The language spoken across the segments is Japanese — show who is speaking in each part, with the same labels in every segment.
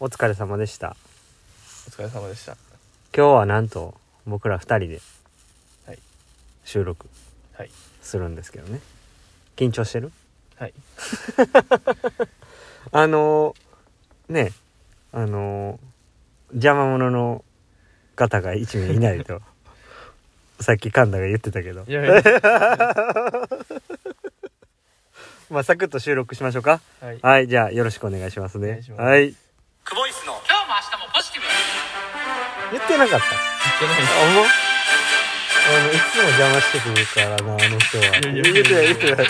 Speaker 1: お疲れ様でした
Speaker 2: お疲れ様でした
Speaker 1: 今日はなんと僕ら2人で
Speaker 2: はい
Speaker 1: 収録
Speaker 2: はい
Speaker 1: するんですけどね緊張してる
Speaker 2: はい
Speaker 1: あのーねあのー邪魔者の方が1名いない とさっき神田が言ってたけど
Speaker 2: いやいや
Speaker 1: まあサクッと収録しましょうか
Speaker 2: はい
Speaker 1: はいじゃあよろしくお願いします
Speaker 2: お
Speaker 1: ね
Speaker 2: 願いします
Speaker 1: はい
Speaker 3: クボイスの
Speaker 4: 今日も明日もポジティブ
Speaker 1: 言ってなかった
Speaker 2: 言って
Speaker 1: あん
Speaker 2: ない
Speaker 1: まあのいつも邪魔してくるからなあの人はい
Speaker 2: やいや
Speaker 1: 言ってない言ってない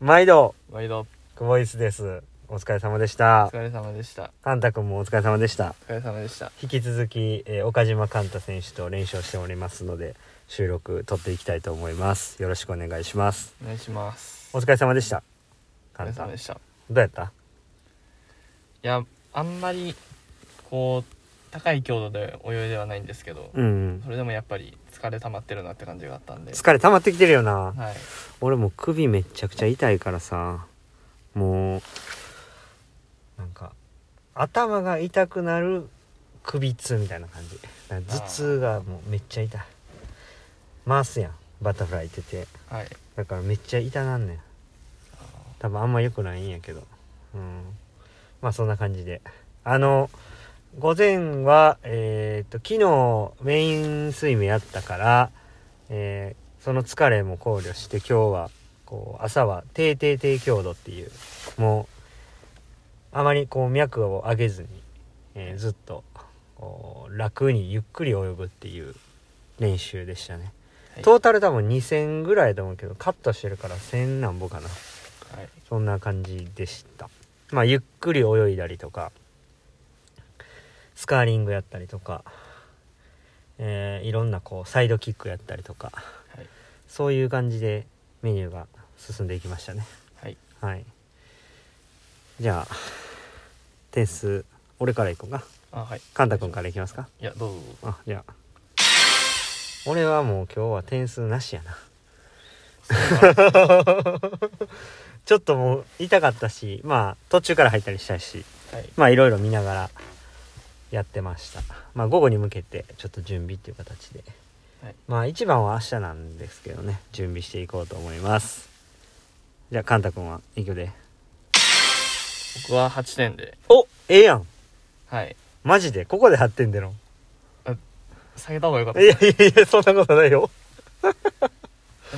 Speaker 1: 毎度
Speaker 2: 毎度
Speaker 1: クボイスですお疲れ様でし
Speaker 2: お
Speaker 1: た
Speaker 2: 疲れ様でした
Speaker 1: カンタ君もお疲れ様でした
Speaker 2: お疲れ様でした
Speaker 1: 引き続き、えー岡島寛太選手と練習をしておりますので収録撮っていきたいと思いますよろしくお願いします
Speaker 2: お願いします
Speaker 1: お疲れ様でした
Speaker 2: お疲
Speaker 1: 寛
Speaker 2: れ
Speaker 1: 太
Speaker 2: 様
Speaker 1: ど
Speaker 2: でしたいう
Speaker 1: やった
Speaker 2: やあんまりこう高い強度で泳いではないんですけど、
Speaker 1: うんうん
Speaker 2: それでもやっぱり疲れ溜まってるなって感じがあったんで
Speaker 1: 疲れ溜まってきてるよな
Speaker 2: はい
Speaker 1: 俺もう首めっちゃくちゃ痛いからさもうなんか頭が痛くなる首痛みたいな感じなんか頭痛がもうめっちゃ痛い回すやんバタフライってて
Speaker 2: はい
Speaker 1: だからめっちゃ痛なんねん多分あんま良くないんやけどうんまあそんな感じであの午前はえーっと昨日メインスイムやったから、えーその疲れも考慮して今日はこう朝は低低低強度っていうもうあまりこう脈を上げずに、えーずっとこう楽にゆっくり泳ぐっていう練習でしたね、
Speaker 2: はい
Speaker 1: トータル多分2000ぐらいだと思うけどカットしてるから1000なんぼかな
Speaker 2: はい
Speaker 1: そんな感じでしたまあゆっくり泳いだりとかスカーリングやったりとか、えーいろんなこうサイドキックやったりとか
Speaker 2: はい
Speaker 1: そういう感じでメニューが進んでいきましたね
Speaker 2: はい
Speaker 1: はいじゃあ点数俺からいこうか
Speaker 2: あはい
Speaker 1: カンタ君からいきますか
Speaker 2: いやどうぞどうぞ
Speaker 1: あじゃあ俺はもう今日は点数なしやな ちょっともう痛かったしまあ途中から入ったりしたし
Speaker 2: はい
Speaker 1: まあいろいろ見ながらやってましたまあ午後に向けてちょっと準備っていう形で、
Speaker 2: はい
Speaker 1: まあ一番は明日なんですけどね準備していこうと思いますじゃあカンタ君は行くで
Speaker 2: 僕は8点で
Speaker 1: おええやん
Speaker 2: はい
Speaker 1: マジでここで貼ってんでろ
Speaker 2: 下げた方が良かっ
Speaker 1: い
Speaker 2: た
Speaker 1: やいやいやそんなことないよ
Speaker 2: で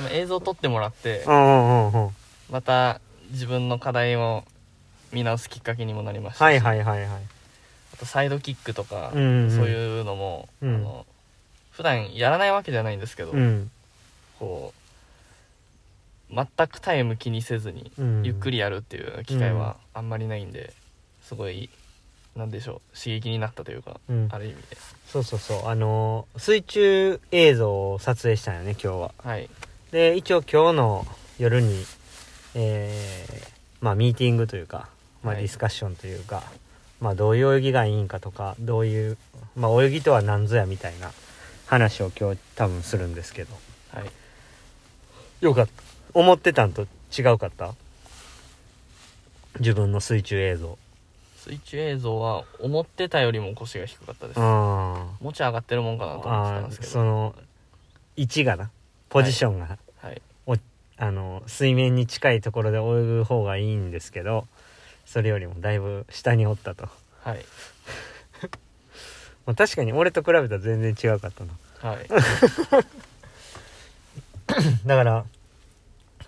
Speaker 2: も映像撮ってもらって
Speaker 1: うんうんうんうん
Speaker 2: また自分の課題を見直すきっかけにもなりましたし
Speaker 1: はいはいはいはい
Speaker 2: あとサイドキックとか、
Speaker 1: うんうんうん
Speaker 2: そういうのも、
Speaker 1: うん
Speaker 2: あの普段やらないわけじゃないんですけど、
Speaker 1: うん
Speaker 2: こう全くタイム気にせずに、
Speaker 1: うん
Speaker 2: ゆっくりやるっていう機会はあんまりないんで、すごいなんでしょう刺激になったというか、
Speaker 1: うん
Speaker 2: ある意味で
Speaker 1: そうそうそうあのー水中映像を撮影したんよね今日は
Speaker 2: はい
Speaker 1: で一応今日の夜にえーまあミーティングというか、まあ、
Speaker 2: は
Speaker 1: デ
Speaker 2: い
Speaker 1: ィスカッションというか、まあどういう泳ぎがいいんかとかどういう、まあ、泳ぎとは何ぞやみたいな話を今日多分するんですけど
Speaker 2: はい
Speaker 1: よかった思ってたんと違うかった自分の水中映像
Speaker 2: 水中映像は思ってたよりも腰が低かったです、
Speaker 1: あ
Speaker 2: もうちょい上がってるもんかなと思ってたん
Speaker 1: あ
Speaker 2: ですけ
Speaker 1: そ
Speaker 2: ど
Speaker 1: の位置がなポジションが、
Speaker 2: はい
Speaker 1: あの水面に近いところで泳ぐ方がいいんですけどそれよりもだいぶ下におったと、
Speaker 2: はい
Speaker 1: まあ、確かに俺と比べたら全然違うかったな
Speaker 2: はい
Speaker 1: だから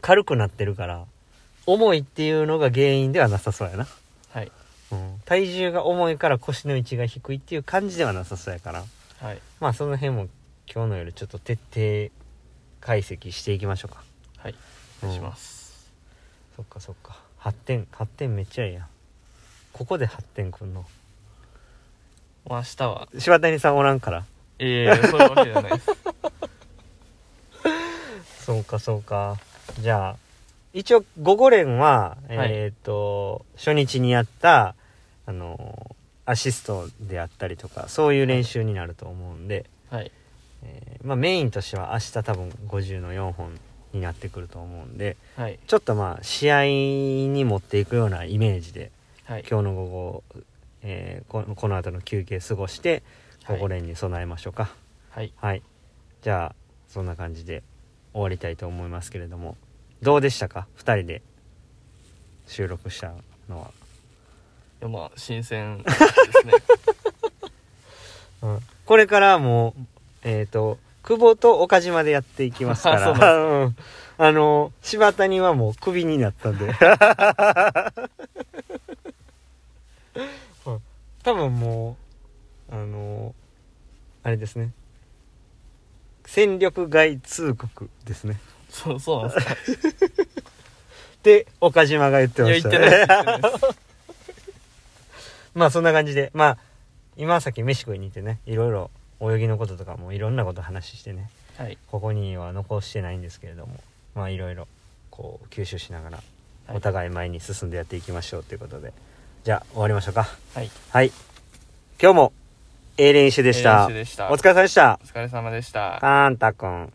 Speaker 1: 軽くなってるから重いっていうのが原因ではなさそうやな、
Speaker 2: はい
Speaker 1: うん、体重が重いから腰の位置が低いっていう感じではなさそうやから
Speaker 2: はい
Speaker 1: まあその辺も今日の夜ちょっと徹底解析していきましょうか
Speaker 2: はいお願いします、
Speaker 1: そっかそっか8点8点めっちゃいいやんここで8点くんの
Speaker 2: もう明日は
Speaker 1: 柴谷さんおらんから
Speaker 2: ええそういうわけじゃないです
Speaker 1: そうかそうかじゃあ一応午後練は、
Speaker 2: はい
Speaker 1: えっ、と初日にやったあのアシストであったりとかそういう練習になると思うんで、
Speaker 2: はい
Speaker 1: えーまあ、メインとしては明日多分50の4本になってくると思うんで
Speaker 2: はい
Speaker 1: ちょっとまあ試合に持っていくようなイメージで
Speaker 2: はい
Speaker 1: 今日の午後、えーここの後の休憩過ごして午後
Speaker 2: はい
Speaker 1: 練に備えましょうか
Speaker 2: はい
Speaker 1: はい、じゃあそんな感じで終わりたいと思いますけれどもどうでしたか2人で収録したのは、
Speaker 2: いやまあ新鮮です ね
Speaker 1: これからもえっ、と久保と岡島でやっていきますか ら
Speaker 2: そうな
Speaker 1: うんあの柴谷はもうクビにな ったんでうん多分もうあのあれですね戦力外通告ですね
Speaker 2: そうそうなんですか
Speaker 1: って岡島が言って
Speaker 2: い
Speaker 1: ま
Speaker 2: や
Speaker 1: し
Speaker 2: 言
Speaker 1: た
Speaker 2: ってないで
Speaker 1: ね
Speaker 2: す言ってないです
Speaker 1: まあそんな感じでまあ今さっき飯食いに行ってねいろいろ泳ぎのこととかもいろんなこと話してね
Speaker 2: はい
Speaker 1: ここには残してないんですけれどもまあいろいろこう吸収しながら
Speaker 2: はい
Speaker 1: お互い前に進んでやっていきましょうということで、じゃあ終わりましょうか
Speaker 2: はい
Speaker 1: はい今日もええ練習でし
Speaker 2: えー
Speaker 1: た
Speaker 2: 練習でした
Speaker 1: お疲れ様でした
Speaker 2: お疲れ様でした
Speaker 1: カーンタくん